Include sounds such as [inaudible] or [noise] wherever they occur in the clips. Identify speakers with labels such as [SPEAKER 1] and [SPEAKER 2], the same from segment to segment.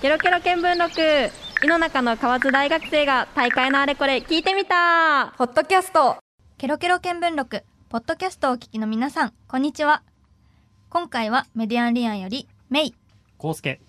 [SPEAKER 1] ケロケロ見聞録井の中の河津大学生が大会のあれこれ聞いてみた
[SPEAKER 2] ポッドキャスト
[SPEAKER 3] ケロケロ見聞録ポッドキャストをお聞きの皆さんこんにちは今回はメディアンリアンよりメイ
[SPEAKER 4] コウスケ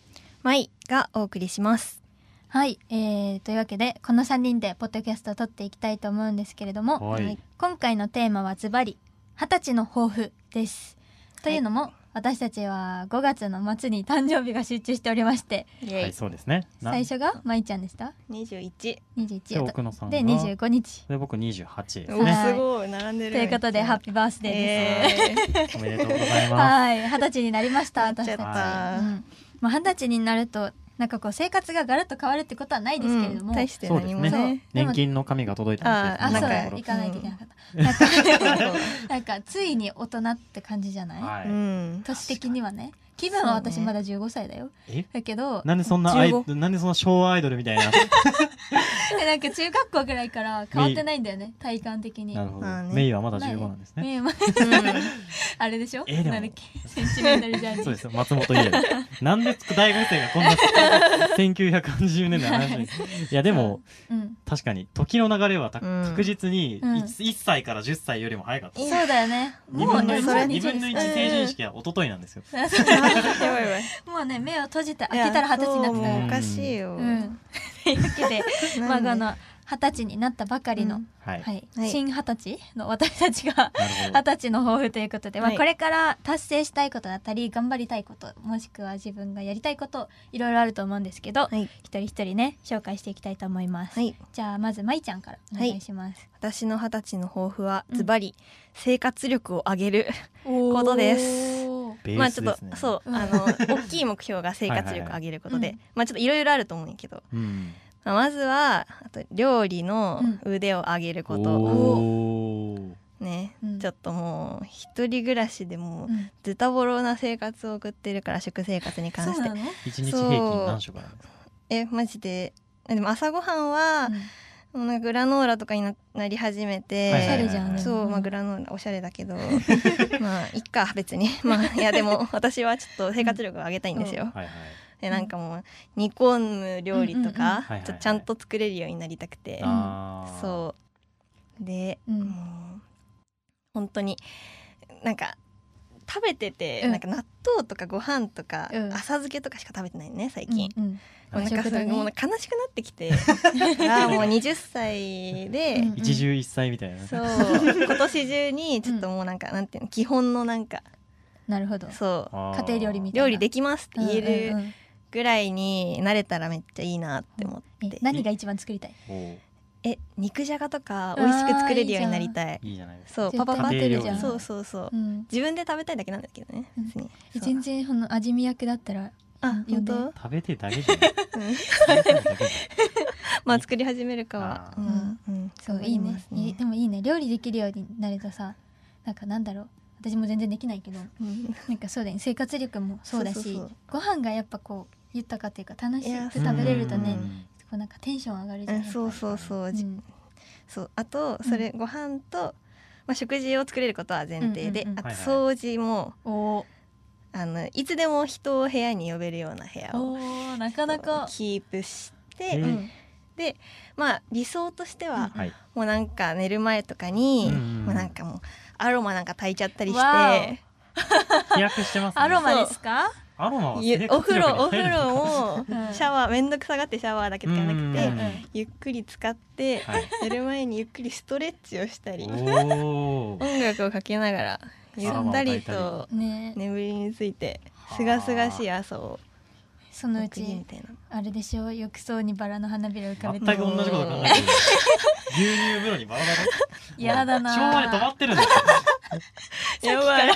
[SPEAKER 5] マイがお送りします
[SPEAKER 3] はい、えー、というわけでこの3人でポッドキャストを撮っていきたいと思うんですけれども
[SPEAKER 4] はい、
[SPEAKER 5] はい
[SPEAKER 3] 今回のテーマはズバリ二十歳の抱負ですというのも、私たちは5月の末に誕生日が集中しておりまして
[SPEAKER 5] イ
[SPEAKER 4] はい
[SPEAKER 5] エイ、
[SPEAKER 4] そうですねな
[SPEAKER 3] 最初がまいちゃんでした
[SPEAKER 5] 21
[SPEAKER 3] 21
[SPEAKER 4] で
[SPEAKER 3] やと
[SPEAKER 4] 奥野さんが
[SPEAKER 3] で25日
[SPEAKER 4] で僕28です
[SPEAKER 5] お
[SPEAKER 4] ね
[SPEAKER 3] はい
[SPEAKER 5] すごい並んで
[SPEAKER 3] と
[SPEAKER 5] る
[SPEAKER 3] いうことでハッピーバースデーです、
[SPEAKER 5] です
[SPEAKER 4] おめでとうございま
[SPEAKER 3] はい二十歳になりました私たち
[SPEAKER 5] [laughs] なっ
[SPEAKER 4] ち
[SPEAKER 5] ゃ
[SPEAKER 3] う
[SPEAKER 5] った
[SPEAKER 3] んまあ二十歳になるとなんかこう生活がガラッと変わるってことはないですけれども、
[SPEAKER 5] 大して
[SPEAKER 4] すそうで
[SPEAKER 5] 何
[SPEAKER 4] す
[SPEAKER 5] も
[SPEAKER 4] ね
[SPEAKER 5] ね
[SPEAKER 3] でも
[SPEAKER 4] 年金の紙が届いた
[SPEAKER 3] あ
[SPEAKER 4] の
[SPEAKER 3] そう
[SPEAKER 4] で
[SPEAKER 3] だ行
[SPEAKER 4] このとこ
[SPEAKER 3] かないといけなかった、なんかなんかついに大人って感じじゃない、
[SPEAKER 4] ろはい、
[SPEAKER 5] ん
[SPEAKER 3] 年的にはね気分は私
[SPEAKER 5] そうね
[SPEAKER 3] まだ15歳だよ、
[SPEAKER 4] え
[SPEAKER 3] だけど
[SPEAKER 4] なんでそんなアイ
[SPEAKER 5] 15
[SPEAKER 4] なんでそんな昭和アイドルみたいな
[SPEAKER 3] えなんか中学校ぐらいから変わってないんだよね体感的に
[SPEAKER 4] なるほど、
[SPEAKER 5] まあね
[SPEAKER 4] メイはまだ15なんですね
[SPEAKER 3] ねえまあ [laughs] あれでしょ、
[SPEAKER 4] えでも
[SPEAKER 3] なんだっけセンチメンタルジャーニー
[SPEAKER 4] [laughs] そうです松本家でなんで大学生がこんな1980年代の話にいやでも
[SPEAKER 3] うん、
[SPEAKER 4] 確かに時の流れはた
[SPEAKER 5] うん
[SPEAKER 4] 確実に
[SPEAKER 3] うん
[SPEAKER 4] 1, 歳から10歳よりも早かった
[SPEAKER 3] そうだよね
[SPEAKER 4] 2
[SPEAKER 3] もう
[SPEAKER 4] 分の
[SPEAKER 3] ね
[SPEAKER 4] 1
[SPEAKER 3] もう
[SPEAKER 4] 二分の
[SPEAKER 3] 20
[SPEAKER 4] 1成人式は一昨日なんですよ
[SPEAKER 5] やばいやばい
[SPEAKER 3] もうね目を閉じて開けたら二十歳になってた
[SPEAKER 5] いやそ
[SPEAKER 3] よ
[SPEAKER 5] うもうおかしいよ
[SPEAKER 3] うん。 [laughs] というわけ
[SPEAKER 5] [laughs]
[SPEAKER 3] で、まあ、あの二十歳になったばかりの、
[SPEAKER 5] うん
[SPEAKER 4] はい、
[SPEAKER 3] はい
[SPEAKER 5] はい
[SPEAKER 3] 新二十歳の私たちが
[SPEAKER 4] なるほ
[SPEAKER 3] 二十
[SPEAKER 4] ど
[SPEAKER 3] 歳の抱負ということで、まあ、
[SPEAKER 5] はい
[SPEAKER 3] これから達成したいことだったり頑張りたいこともしくは自分がやりたいこといろいろあると思うんですけど、
[SPEAKER 5] はい
[SPEAKER 3] 一人一人ね紹介していきたいと思います、
[SPEAKER 5] はい
[SPEAKER 3] じゃあまずまいちゃんからお願いします、
[SPEAKER 5] 私の二十歳の抱負はズバリ生活力を上げる
[SPEAKER 3] お
[SPEAKER 5] ーことです
[SPEAKER 4] ベ
[SPEAKER 5] ま
[SPEAKER 4] ー
[SPEAKER 5] あち
[SPEAKER 4] ス
[SPEAKER 5] ょ
[SPEAKER 4] で
[SPEAKER 5] っ
[SPEAKER 4] すね、
[SPEAKER 5] とそう
[SPEAKER 3] うん [laughs]
[SPEAKER 5] あの大きい目標が生活力を上げること
[SPEAKER 3] はい
[SPEAKER 5] で
[SPEAKER 3] はい
[SPEAKER 5] まあちょっといろいろあると思うんやけど
[SPEAKER 4] うん、
[SPEAKER 5] まあまずはあと料理の腕を上げるこ
[SPEAKER 4] お
[SPEAKER 5] と
[SPEAKER 4] ー
[SPEAKER 5] ね
[SPEAKER 3] うん
[SPEAKER 5] ちょっともう一人暮らしでもう
[SPEAKER 3] うん
[SPEAKER 5] ズタボロな生活を送ってるから食生活に関
[SPEAKER 3] そう
[SPEAKER 5] して
[SPEAKER 3] なの、
[SPEAKER 4] 一日平均何食あるんですか
[SPEAKER 5] えマジででも朝ごはんは
[SPEAKER 3] うん
[SPEAKER 5] もうなんかグラノーラとかにななり始めて、
[SPEAKER 4] はい
[SPEAKER 3] おしゃれじゃん、
[SPEAKER 4] はい
[SPEAKER 5] そう、まあ、グラノーラおしゃれだ
[SPEAKER 3] [laughs]
[SPEAKER 5] けどまあいっか別にまあいやでも私はちょっと生活力を上げたいんですよ、
[SPEAKER 4] はいはい
[SPEAKER 5] でなんかもう煮込む料理と
[SPEAKER 3] うんうんうん
[SPEAKER 5] か
[SPEAKER 4] はいはい
[SPEAKER 5] ちょちゃんと作れるようになりたくて、
[SPEAKER 4] あー
[SPEAKER 5] そうで、
[SPEAKER 3] うん
[SPEAKER 5] もう本当になんか食べてて、
[SPEAKER 3] うん
[SPEAKER 5] なんか納豆とかご飯とか、
[SPEAKER 3] うん
[SPEAKER 5] 浅漬けとかしか食べてないのね最近、
[SPEAKER 3] うんうん
[SPEAKER 5] もうなんか
[SPEAKER 3] 和食
[SPEAKER 5] そ
[SPEAKER 3] だ
[SPEAKER 5] れ
[SPEAKER 3] ね
[SPEAKER 5] もうなんか悲しくなって
[SPEAKER 3] [laughs]
[SPEAKER 5] きてあーもう20歳で、
[SPEAKER 3] うん
[SPEAKER 4] 一汁一菜みたいなね
[SPEAKER 5] そう今年中にちょっともうなんか、なんていうの基本のなんか
[SPEAKER 3] なるほど
[SPEAKER 5] そう
[SPEAKER 4] あー
[SPEAKER 3] 家庭料理みたいな
[SPEAKER 5] 料理できますって言え
[SPEAKER 3] うんう
[SPEAKER 5] る
[SPEAKER 3] んうん
[SPEAKER 5] ぐらいに慣れたらめっちゃいいなって思って、
[SPEAKER 3] え何が一番作りたい
[SPEAKER 4] おー
[SPEAKER 5] え肉じゃがとか美味しく作れるようになりたい
[SPEAKER 4] いいじゃないですか
[SPEAKER 5] そう
[SPEAKER 3] 絶
[SPEAKER 5] パ
[SPEAKER 3] 対
[SPEAKER 5] パパっ
[SPEAKER 4] 家庭料理
[SPEAKER 5] て
[SPEAKER 4] じゃん
[SPEAKER 5] そうそうそう、
[SPEAKER 3] うん
[SPEAKER 5] 自分で食べたいだけなんだけどね
[SPEAKER 3] うん
[SPEAKER 5] 別に、そう
[SPEAKER 3] 全然この味見役だったら
[SPEAKER 5] あ
[SPEAKER 3] 呼ん
[SPEAKER 5] 本
[SPEAKER 3] で
[SPEAKER 5] 当、
[SPEAKER 4] 食べてるだけじゃない
[SPEAKER 5] うん
[SPEAKER 4] 食べてるだけじゃない
[SPEAKER 5] まあ作り始めるかは
[SPEAKER 4] あー
[SPEAKER 5] うんうん
[SPEAKER 3] そういい
[SPEAKER 5] 思
[SPEAKER 3] ね
[SPEAKER 5] ます
[SPEAKER 3] いいでもいいね料理できるようになるとさなんかなんだろう私も全然できないけど
[SPEAKER 5] うん
[SPEAKER 3] なんかそうだよね生活力もそうだし
[SPEAKER 5] そうそうそう
[SPEAKER 3] ご飯がやっぱこう豊かっていうか楽し
[SPEAKER 5] いや
[SPEAKER 3] く
[SPEAKER 4] [laughs]
[SPEAKER 3] 食べれると
[SPEAKER 4] う
[SPEAKER 3] ね
[SPEAKER 4] ん
[SPEAKER 3] こうなんかテンション上がるじ
[SPEAKER 5] う
[SPEAKER 3] ゃ
[SPEAKER 5] ん
[SPEAKER 3] ん
[SPEAKER 5] そうそうそう、
[SPEAKER 3] やっぱり
[SPEAKER 5] じ
[SPEAKER 3] うん
[SPEAKER 5] そうあとそれご飯と、まあ、食事を作れることは前提で、
[SPEAKER 3] うんうんうん
[SPEAKER 5] あと
[SPEAKER 4] はいは
[SPEAKER 5] 掃除も
[SPEAKER 3] おー
[SPEAKER 5] あのいつでも人を部屋に呼べるような部屋を
[SPEAKER 3] おーなかなか
[SPEAKER 5] キープして、
[SPEAKER 4] へー
[SPEAKER 5] うんでまあ理想としては、
[SPEAKER 4] はい
[SPEAKER 5] もうなんか寝る前とかに、
[SPEAKER 4] うんうんうん
[SPEAKER 5] もうなんかもうアロマなんか炊いちゃったりし
[SPEAKER 3] わ
[SPEAKER 5] て
[SPEAKER 4] 飛躍してますね
[SPEAKER 3] アロマですか
[SPEAKER 4] アロマは
[SPEAKER 5] ゆ
[SPEAKER 4] 生
[SPEAKER 5] お
[SPEAKER 4] 活
[SPEAKER 5] 風
[SPEAKER 4] 力に
[SPEAKER 5] 呂お風呂
[SPEAKER 4] 入るのか
[SPEAKER 5] も
[SPEAKER 3] うん
[SPEAKER 5] シャワー面倒くさがってシャワーだけ使わなく
[SPEAKER 4] う
[SPEAKER 5] て、
[SPEAKER 4] ん
[SPEAKER 5] ゆっくり使って、
[SPEAKER 4] はい
[SPEAKER 5] 寝る前にゆっくりストレッチをしたり
[SPEAKER 4] おー
[SPEAKER 5] 音楽をかけながらゆったりと
[SPEAKER 3] ね
[SPEAKER 5] 眠りについてすがすがしい朝を
[SPEAKER 3] そ
[SPEAKER 5] 送
[SPEAKER 3] のう
[SPEAKER 5] り
[SPEAKER 3] ち
[SPEAKER 5] みたいな
[SPEAKER 3] あれでしょ浴槽にバラの花びら浮かべ
[SPEAKER 4] 全
[SPEAKER 3] て
[SPEAKER 4] く同じこと考えてる牛乳風呂にバラバラ
[SPEAKER 3] やだなー
[SPEAKER 4] 昭和で止まってるんですよ
[SPEAKER 5] やばいな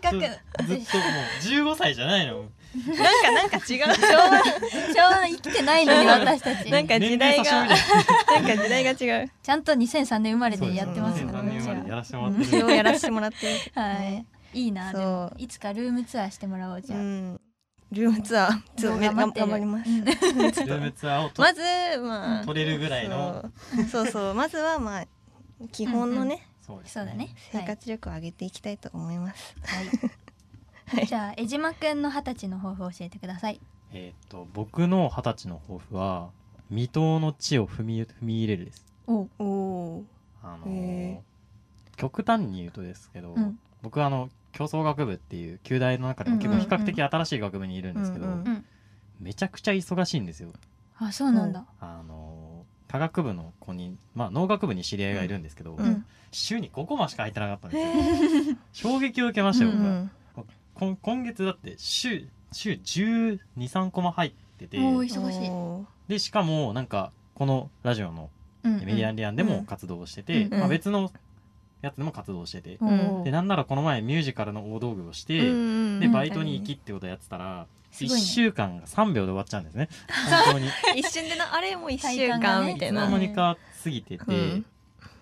[SPEAKER 3] 感覚
[SPEAKER 4] ずっともう15歳じゃ
[SPEAKER 5] [laughs]
[SPEAKER 4] ないの
[SPEAKER 5] かなんか [laughs] 違う
[SPEAKER 3] 昭和昭和生きてないのに私たち
[SPEAKER 5] なんか時代
[SPEAKER 4] 年齢
[SPEAKER 5] が
[SPEAKER 4] 差し
[SPEAKER 5] なんか時代が違う
[SPEAKER 3] ちゃんと2003年生まれ
[SPEAKER 4] みたい
[SPEAKER 5] [laughs]
[SPEAKER 3] でやってますね
[SPEAKER 4] ね
[SPEAKER 5] 2003
[SPEAKER 4] 3年までやらせてもらって
[SPEAKER 5] 一 [laughs]
[SPEAKER 4] る
[SPEAKER 5] 応やらせてもらってる
[SPEAKER 3] はいいいなでも
[SPEAKER 5] そう
[SPEAKER 3] いつかルームツアーしてもらおうじ
[SPEAKER 5] う
[SPEAKER 3] ゃあ
[SPEAKER 5] んルームツアーちょっとめ
[SPEAKER 3] 動画
[SPEAKER 5] 頑
[SPEAKER 3] 待ってる
[SPEAKER 5] 張ります
[SPEAKER 3] うん [laughs]
[SPEAKER 4] ルームツアーをと
[SPEAKER 5] まずまあ
[SPEAKER 4] 取れるぐらいの
[SPEAKER 5] そうそうそうまずはまあ基本のね
[SPEAKER 4] そうです
[SPEAKER 3] そうだね
[SPEAKER 5] 生活力を上げていきたいと思います
[SPEAKER 3] はいじゃあ江島くんの二十歳の抱負を教えてください
[SPEAKER 4] えーっと僕の二十歳の抱負は未踏の地を踏み踏み入れるです
[SPEAKER 3] お
[SPEAKER 5] おお
[SPEAKER 4] あの
[SPEAKER 5] へ
[SPEAKER 4] ー極端に言うとですけど、
[SPEAKER 3] うん
[SPEAKER 4] 僕はあの競争学部っていう旧大の中でも結構
[SPEAKER 5] うんうん
[SPEAKER 4] 比
[SPEAKER 5] うん
[SPEAKER 4] 較的新しい学部にいるんですけど、
[SPEAKER 5] うんうん
[SPEAKER 3] うん
[SPEAKER 4] めちゃくちゃ忙しいんですよ。
[SPEAKER 3] あそうなんだ
[SPEAKER 4] あのー科学部の子に、まあ、農学部に知り合いがいるんですけど、
[SPEAKER 5] ー
[SPEAKER 3] うん
[SPEAKER 4] 週に5コマしか入ってなかったんですよ。衝撃を受けましたよ、
[SPEAKER 3] うん
[SPEAKER 5] う
[SPEAKER 4] 僕は
[SPEAKER 5] ん
[SPEAKER 4] こん今月だって週週12、3コマ入ってて
[SPEAKER 3] おー忙しい
[SPEAKER 5] おー
[SPEAKER 4] でしかもなんかこのラジオの
[SPEAKER 3] うん
[SPEAKER 4] 「メディアンリアン」で
[SPEAKER 5] うん
[SPEAKER 4] も活動してて、
[SPEAKER 3] うん
[SPEAKER 4] まあ、別のやつでも活動してて、
[SPEAKER 3] うん
[SPEAKER 5] うん
[SPEAKER 3] おー
[SPEAKER 4] でなんならこの前ミュージカルの大道具をして、
[SPEAKER 5] うん
[SPEAKER 4] でバイトに行きってことやってたら、
[SPEAKER 3] す
[SPEAKER 4] 一
[SPEAKER 3] ごい
[SPEAKER 4] 1
[SPEAKER 3] ね
[SPEAKER 4] 週間が3秒で終わっちゃうんです
[SPEAKER 3] [laughs]
[SPEAKER 4] ね本当にい
[SPEAKER 5] 一瞬でなあれもう一週
[SPEAKER 3] 体感が
[SPEAKER 5] 間
[SPEAKER 3] ね
[SPEAKER 5] みたい
[SPEAKER 4] つ
[SPEAKER 5] な
[SPEAKER 4] の間にか過ぎてて、
[SPEAKER 5] うん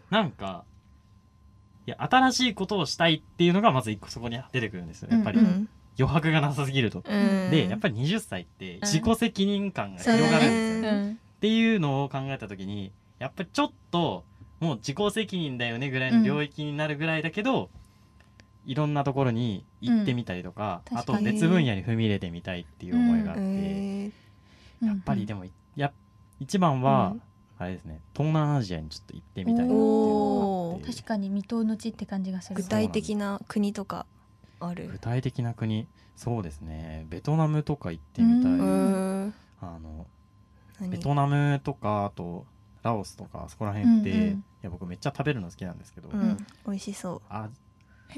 [SPEAKER 4] なんかいや新しいことをしたいっていうのがまず一個そこに出てくるんですよやっぱり
[SPEAKER 3] う
[SPEAKER 4] 余白がなさすぎると。でやっぱり20歳って自己責任感が広がるんですよ、
[SPEAKER 5] そうだね
[SPEAKER 3] うん
[SPEAKER 4] っていうのを考えた時にやっぱりちょっともう自己責任だよねぐらいの領域になるぐらいだけど、いろんなところに行ってみたりとか,、
[SPEAKER 3] うん
[SPEAKER 4] あ
[SPEAKER 3] 確
[SPEAKER 4] と
[SPEAKER 3] かに
[SPEAKER 4] 別分野に踏み入れてみたいっていう思いがあって、
[SPEAKER 5] え
[SPEAKER 4] やっぱりで
[SPEAKER 3] も
[SPEAKER 4] もや一番は、
[SPEAKER 5] うん
[SPEAKER 4] あれですね東南アジアにちょっと行ってみたいなっていうのがあ
[SPEAKER 5] お
[SPEAKER 4] っ
[SPEAKER 5] ー
[SPEAKER 4] て
[SPEAKER 3] 確かに未踏の地って感じがする
[SPEAKER 5] 具体的な国とかあ
[SPEAKER 4] 具
[SPEAKER 5] る
[SPEAKER 4] 体的な国そうですねベトナムとか行ってみたい、
[SPEAKER 3] う
[SPEAKER 5] う
[SPEAKER 3] 具体
[SPEAKER 5] ん
[SPEAKER 4] あの
[SPEAKER 5] 何
[SPEAKER 4] ベトナムとかあとラオスとかそこら辺って、
[SPEAKER 3] うんうん
[SPEAKER 4] いや僕めっちゃ食べるの好きなんですけど、
[SPEAKER 5] うん美味しそう
[SPEAKER 4] あ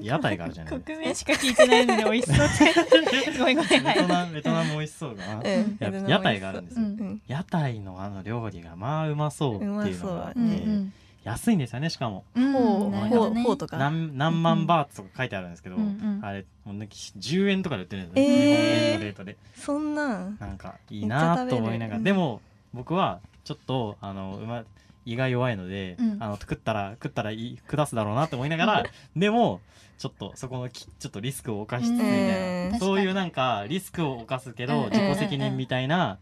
[SPEAKER 4] 屋台があるじゃないです
[SPEAKER 3] 国名しか聞いてないので美味しそう [laughs] ってごめんごめん
[SPEAKER 4] か
[SPEAKER 3] は
[SPEAKER 4] ベト
[SPEAKER 3] い
[SPEAKER 4] ナムベトナム美味しそうだな
[SPEAKER 5] う
[SPEAKER 4] い
[SPEAKER 5] ん
[SPEAKER 4] や屋台があるんです
[SPEAKER 3] う
[SPEAKER 4] よ、
[SPEAKER 3] ん
[SPEAKER 5] うん
[SPEAKER 4] 屋台のあの料理がまあうまそうっていうのがあって、
[SPEAKER 5] うまそ
[SPEAKER 3] うん
[SPEAKER 4] 安いんですよねしかも
[SPEAKER 3] うん
[SPEAKER 5] ほう
[SPEAKER 3] なる
[SPEAKER 5] ほ
[SPEAKER 3] ほ
[SPEAKER 5] う
[SPEAKER 3] どね
[SPEAKER 5] ほうとか
[SPEAKER 4] 何何万バーツとか書いてあるんですけど、
[SPEAKER 3] うんうん
[SPEAKER 4] あれもうなんか10円とかで売ってるんですよ、ね
[SPEAKER 5] えー
[SPEAKER 4] 日本円のレートで
[SPEAKER 5] そんなん
[SPEAKER 4] なんかいいなと思いながら、
[SPEAKER 5] めっちゃ食べるうん
[SPEAKER 4] でも僕はちょっとあのうま胃が弱いので、
[SPEAKER 3] うん
[SPEAKER 4] あの食ったら食ったらいい下すだろうなって思いながらでもちょっとそこのきちょっとリスクを冒しつつみたい
[SPEAKER 5] うん
[SPEAKER 4] なそういうなんかリスクを冒すけ
[SPEAKER 3] うん
[SPEAKER 4] ど
[SPEAKER 3] うん
[SPEAKER 4] 自己責任みたいな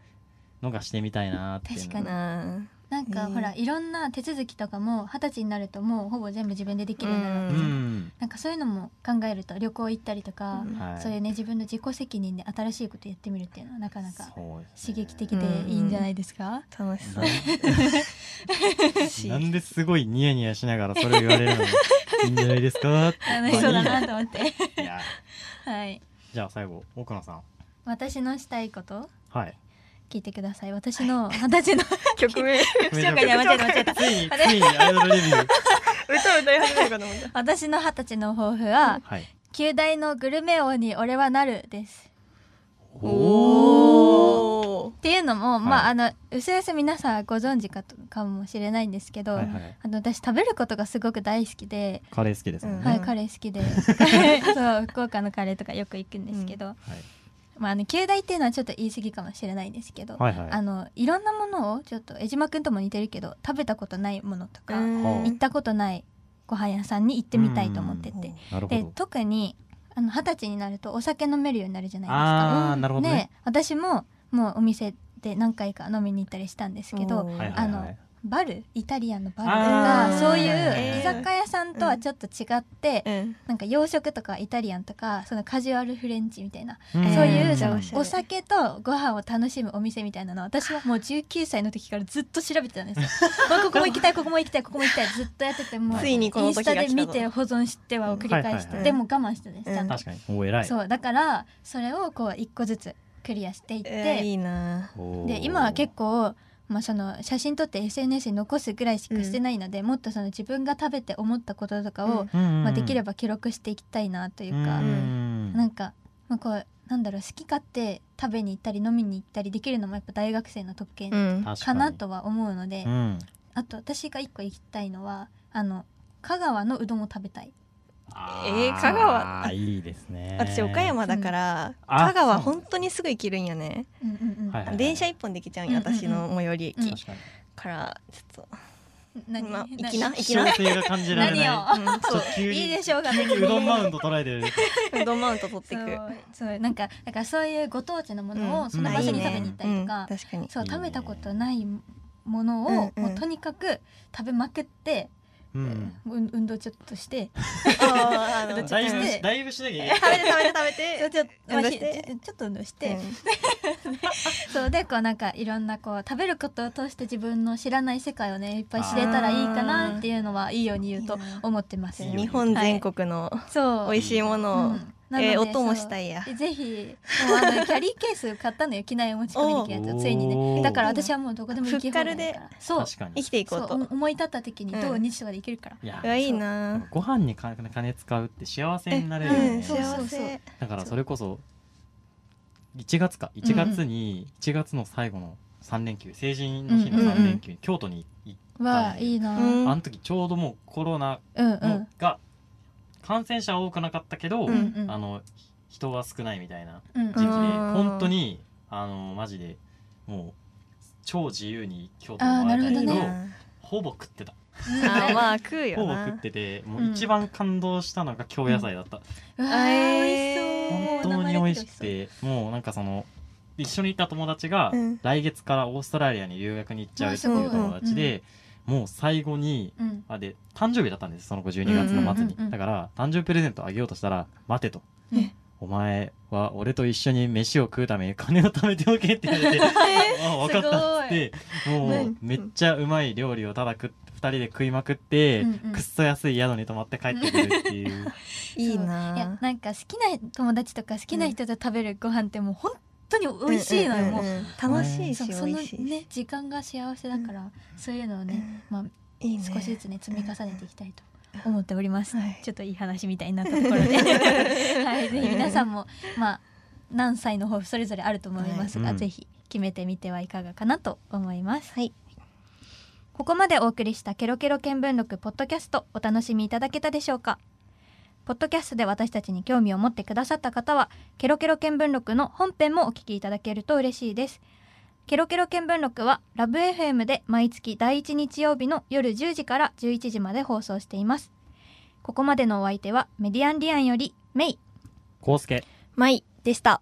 [SPEAKER 4] のがしてみたいなっていう
[SPEAKER 3] 確か
[SPEAKER 4] の
[SPEAKER 3] に
[SPEAKER 5] な
[SPEAKER 3] なんか、
[SPEAKER 5] うん
[SPEAKER 3] ほらいろんな手続きとかも二十歳になるともうほぼ全部自分でできるようになるわ
[SPEAKER 4] う
[SPEAKER 3] けじゃん、
[SPEAKER 4] ん、
[SPEAKER 3] なんかそういうのも考えると旅行行ったりとか、
[SPEAKER 5] うん
[SPEAKER 4] はい、
[SPEAKER 3] そういうね自分の自己責任で新しいことやってみるっていうのはなかなか
[SPEAKER 4] そうです
[SPEAKER 3] 刺
[SPEAKER 4] ね
[SPEAKER 3] 激的でいいんじゃないですか、
[SPEAKER 5] 楽しそう
[SPEAKER 4] なん
[SPEAKER 5] [laughs] し
[SPEAKER 4] なんですごいニヤニヤしながらそれ言われるの
[SPEAKER 3] [laughs]
[SPEAKER 4] いいんじゃないですかって
[SPEAKER 3] 楽しそうだなと思って
[SPEAKER 4] いや
[SPEAKER 3] はい
[SPEAKER 4] じゃあ最後奥野さん
[SPEAKER 3] 私のしたいこと
[SPEAKER 4] はい
[SPEAKER 3] 聞いてください私の二十歳の [laughs]
[SPEAKER 5] 曲名
[SPEAKER 4] つい
[SPEAKER 3] 紹介間違えた間違えた
[SPEAKER 4] についにアイドルレビュー
[SPEAKER 5] 歌歌い始めるかと思った
[SPEAKER 3] 私の二十歳の抱負は [laughs]
[SPEAKER 4] はい
[SPEAKER 3] 「旧大のグルメ王に俺はなる」です
[SPEAKER 5] おー
[SPEAKER 3] っていうのも、まあ
[SPEAKER 4] は
[SPEAKER 3] あのうすうす皆さんご存知かとかもしれないんですけど、
[SPEAKER 4] はいはい
[SPEAKER 3] あの私食べることがすごく大好きで、
[SPEAKER 4] カレー好きですもんね、
[SPEAKER 5] うん
[SPEAKER 3] はい、カレー好
[SPEAKER 4] [laughs]
[SPEAKER 3] きでそう福岡のカレーとかよく行くんですけど、まあ、あの旧大っていうのはちょっと言い過ぎかもしれないんですけど、
[SPEAKER 4] はいはいは
[SPEAKER 3] あ
[SPEAKER 4] い
[SPEAKER 3] のいろんなものをちょっと江島くんとも似てるけど食べたことないものとか、
[SPEAKER 5] うん
[SPEAKER 4] は
[SPEAKER 3] 行ったことないご飯屋さんに行ってみたいと思ってて、
[SPEAKER 4] なるほ
[SPEAKER 3] で
[SPEAKER 4] ど
[SPEAKER 3] 特にあの二十歳になるとお酒飲めるようになるじゃないですか。
[SPEAKER 4] あーなるほどね
[SPEAKER 3] で私ももうお店で何回か飲みに行ったりしたんですけど
[SPEAKER 5] お
[SPEAKER 4] は
[SPEAKER 5] ー
[SPEAKER 4] いはい
[SPEAKER 3] あ
[SPEAKER 4] は
[SPEAKER 3] の
[SPEAKER 4] い
[SPEAKER 3] バルイタリアンのバルと
[SPEAKER 4] あ
[SPEAKER 3] か
[SPEAKER 4] ー
[SPEAKER 3] そうい
[SPEAKER 4] え
[SPEAKER 3] う
[SPEAKER 4] ー
[SPEAKER 3] 居酒屋さんとはちょっと違って、
[SPEAKER 5] うん
[SPEAKER 3] なんか洋食とかイタリアンとかそのカジュアルフレンチみたいな、
[SPEAKER 4] そう
[SPEAKER 5] えー
[SPEAKER 3] そうい
[SPEAKER 5] め
[SPEAKER 3] う
[SPEAKER 5] っちゃおしゃれ
[SPEAKER 3] お酒とご飯を楽しむお店みたいなのを私はもう19歳の時からずっと調べてたんですよ。 [laughs] まあここも行きたいここも行きたいここも行きたいずっとやっててもう
[SPEAKER 5] ついにこ
[SPEAKER 3] イ
[SPEAKER 5] の
[SPEAKER 3] ンス
[SPEAKER 5] 時
[SPEAKER 3] タ
[SPEAKER 5] が
[SPEAKER 3] で
[SPEAKER 5] 来た
[SPEAKER 3] 見
[SPEAKER 5] ぞ
[SPEAKER 3] て保存しては繰り返して、
[SPEAKER 4] はいはいはい
[SPEAKER 3] でも我慢してたんですちゃんと、
[SPEAKER 4] 確かにおー偉い
[SPEAKER 3] そうだからそれをこう一個ずつクリアしていって、
[SPEAKER 5] えーいいな
[SPEAKER 4] おー
[SPEAKER 3] で今は結構、まあ、その写真撮って SNS に残すぐらいしかしてないので、もっとその自分が食べて思ったこととかを、
[SPEAKER 5] うん
[SPEAKER 4] うんうんうん
[SPEAKER 3] まあ、できれば記録していきたいなというか、
[SPEAKER 4] うんう
[SPEAKER 3] なんんか、まあ、こうなんだろう好き勝手食べに行ったり飲みに行ったりできるのもやっぱ大学生の特権
[SPEAKER 5] うん
[SPEAKER 4] 確か
[SPEAKER 3] か
[SPEAKER 4] に
[SPEAKER 3] なとは思うので、
[SPEAKER 4] うん
[SPEAKER 3] あと私が一個行きたいのはあの香川のうどんを食べたい。
[SPEAKER 4] あ
[SPEAKER 5] えー香川
[SPEAKER 4] あーいいですね
[SPEAKER 5] 私岡山だから
[SPEAKER 4] うんあ
[SPEAKER 5] 香川本当にすぐ行けるんよね
[SPEAKER 3] うんうんうん
[SPEAKER 4] はいはい
[SPEAKER 5] 電車一本で行けちゃうんよ
[SPEAKER 3] うんうんうん
[SPEAKER 5] 私の最寄り駅
[SPEAKER 3] うん
[SPEAKER 4] 確かに
[SPEAKER 5] からちょっと
[SPEAKER 3] 何
[SPEAKER 5] まあ
[SPEAKER 3] 何
[SPEAKER 5] 行きな
[SPEAKER 4] 希少性が感じられない
[SPEAKER 3] 何を
[SPEAKER 5] うんそう
[SPEAKER 4] 急に
[SPEAKER 3] いいでしょうが
[SPEAKER 4] [laughs] 急にうどんマウント捉えてる
[SPEAKER 5] うどんマウント取って
[SPEAKER 3] そ
[SPEAKER 5] く
[SPEAKER 3] うそうなんかだからそういうご当地のもの
[SPEAKER 5] う
[SPEAKER 3] を
[SPEAKER 5] ん
[SPEAKER 3] その場所に食べに行ったりとか、
[SPEAKER 5] うん確かに
[SPEAKER 3] そう
[SPEAKER 4] いいね
[SPEAKER 3] 食べたことないものを、
[SPEAKER 5] うんうん
[SPEAKER 3] もうとにかく食べまくって、う
[SPEAKER 4] うん
[SPEAKER 3] ん運動ちょっと
[SPEAKER 5] [laughs]
[SPEAKER 3] して
[SPEAKER 5] あ
[SPEAKER 3] [laughs]
[SPEAKER 5] ーあ
[SPEAKER 3] どっ
[SPEAKER 5] の
[SPEAKER 3] ちか
[SPEAKER 4] だい
[SPEAKER 3] し
[SPEAKER 5] うん
[SPEAKER 3] て
[SPEAKER 4] ぶだいぶしなきゃいけない
[SPEAKER 5] 食べて食べて食べ
[SPEAKER 3] そう
[SPEAKER 5] て
[SPEAKER 3] ちょっとまあ
[SPEAKER 5] 運動
[SPEAKER 3] ひ
[SPEAKER 5] して
[SPEAKER 3] ちょちょっと運動して、
[SPEAKER 5] う
[SPEAKER 3] こと
[SPEAKER 5] ん
[SPEAKER 3] でこうなんかいろんなこう食べることを通して自分の知らない世界をねいっぱい知れたらいいかなっていうのはいいように言うと思ってます。
[SPEAKER 4] いいよ
[SPEAKER 5] 日本全国の
[SPEAKER 3] そう
[SPEAKER 5] 美味しいものを、
[SPEAKER 3] うんなので
[SPEAKER 5] えー音も
[SPEAKER 3] そう
[SPEAKER 5] したいや
[SPEAKER 3] ぜひもうあのキャリーケース買ったのよ機内持ち込みできるや
[SPEAKER 4] お
[SPEAKER 3] つ
[SPEAKER 4] ー
[SPEAKER 3] [laughs] ついにねだから
[SPEAKER 5] いいな
[SPEAKER 3] 私はもうどこでも行けるから
[SPEAKER 5] ふっか
[SPEAKER 3] そう
[SPEAKER 4] 確かに
[SPEAKER 5] 生きていこう
[SPEAKER 3] そ
[SPEAKER 5] と
[SPEAKER 3] うお思い立った時に
[SPEAKER 5] うん
[SPEAKER 3] 土日とかで行けるから、
[SPEAKER 4] いや
[SPEAKER 5] うわいいな
[SPEAKER 4] ご飯にか金使うって幸せになれるよ
[SPEAKER 5] うん
[SPEAKER 4] ね、
[SPEAKER 3] そうそう
[SPEAKER 5] 幸せ
[SPEAKER 4] だからそれこそ1月か1月に1月の最後の3連休成人の日の3連休に京都に行っ
[SPEAKER 3] わあいいな
[SPEAKER 5] うん
[SPEAKER 4] あの時ちょうどもうコロナ
[SPEAKER 3] うんう
[SPEAKER 4] も
[SPEAKER 3] ん
[SPEAKER 4] が感染者は多くなかったけど、
[SPEAKER 5] うん
[SPEAKER 3] うん
[SPEAKER 4] あのひ人は少ないみたいな
[SPEAKER 3] うん
[SPEAKER 4] 時期で
[SPEAKER 5] うん
[SPEAKER 4] 本当にあのマジでもう超自由に京都を
[SPEAKER 3] あーな
[SPEAKER 4] 回
[SPEAKER 3] るほ
[SPEAKER 4] れ
[SPEAKER 3] ど
[SPEAKER 4] た
[SPEAKER 5] い
[SPEAKER 4] け
[SPEAKER 5] い
[SPEAKER 4] ど
[SPEAKER 3] ね
[SPEAKER 5] な
[SPEAKER 4] ほぼ食ってた
[SPEAKER 5] あーまあ食うよ
[SPEAKER 4] ほぼ
[SPEAKER 5] な
[SPEAKER 4] 食っててもう一番感動したのが京野菜だった、
[SPEAKER 3] うわあ
[SPEAKER 5] えー
[SPEAKER 3] 美味しそう
[SPEAKER 4] 本当に美味しく
[SPEAKER 3] もう
[SPEAKER 4] てもうなんかその一緒に行った友達が
[SPEAKER 5] うん
[SPEAKER 4] 来月からオーストラリアに留学に行っちゃうっていう友達で、もう最後に
[SPEAKER 3] 生々
[SPEAKER 4] あで誕生日だったんですその子12月の末に、
[SPEAKER 3] うんうんうんうん
[SPEAKER 4] だから誕生日プレゼントあげようとしたら「待て」と
[SPEAKER 3] ね
[SPEAKER 4] 「お前は俺と一緒に飯を食うために金を貯めておけ」って言われて「 [laughs] あ分かった」っつってもう
[SPEAKER 5] 何
[SPEAKER 4] めっちゃうまい料理をただ食っ2人で食いまくって、
[SPEAKER 3] うんうん
[SPEAKER 4] くっそ安い宿に泊まって帰ってくるって
[SPEAKER 3] [laughs]
[SPEAKER 4] いう
[SPEAKER 5] いい
[SPEAKER 3] しそういや
[SPEAKER 5] な
[SPEAKER 3] なんか好きな友達とか好きな人と食べるご飯ってもう本当に美味しいのよ、
[SPEAKER 5] うんうんうん
[SPEAKER 3] もう
[SPEAKER 5] 楽しいし
[SPEAKER 3] そう
[SPEAKER 5] 美
[SPEAKER 3] その
[SPEAKER 5] 味しいし
[SPEAKER 3] ね時間が幸せだから、そういうのをね、まあ
[SPEAKER 5] いいね
[SPEAKER 3] 少しずつね積み重ねていきたいと思っております、
[SPEAKER 5] はい
[SPEAKER 3] ちょっといい話みたいになった
[SPEAKER 5] [laughs]
[SPEAKER 3] ところで、はい、ぜひ皆さんもまあ何歳の抱負それぞれあると思いますが、
[SPEAKER 4] はいうん
[SPEAKER 3] ぜひ決めてみてはいかがかなと思います、
[SPEAKER 5] はい
[SPEAKER 3] ここまでお送りしたケロケロ見聞録ポッドキャストお楽しみいただけたでしょうかポッドキャストで私たちに興味を持ってくださった方はケロケロ見聞録の本編もお聞きいただけると嬉しいですケロケロ見聞録はラブ f m で毎月第1日曜日の夜10時から11時まで放送していますここまでのお相手はメディアンリアンよりメイ
[SPEAKER 4] 康介
[SPEAKER 5] まいでした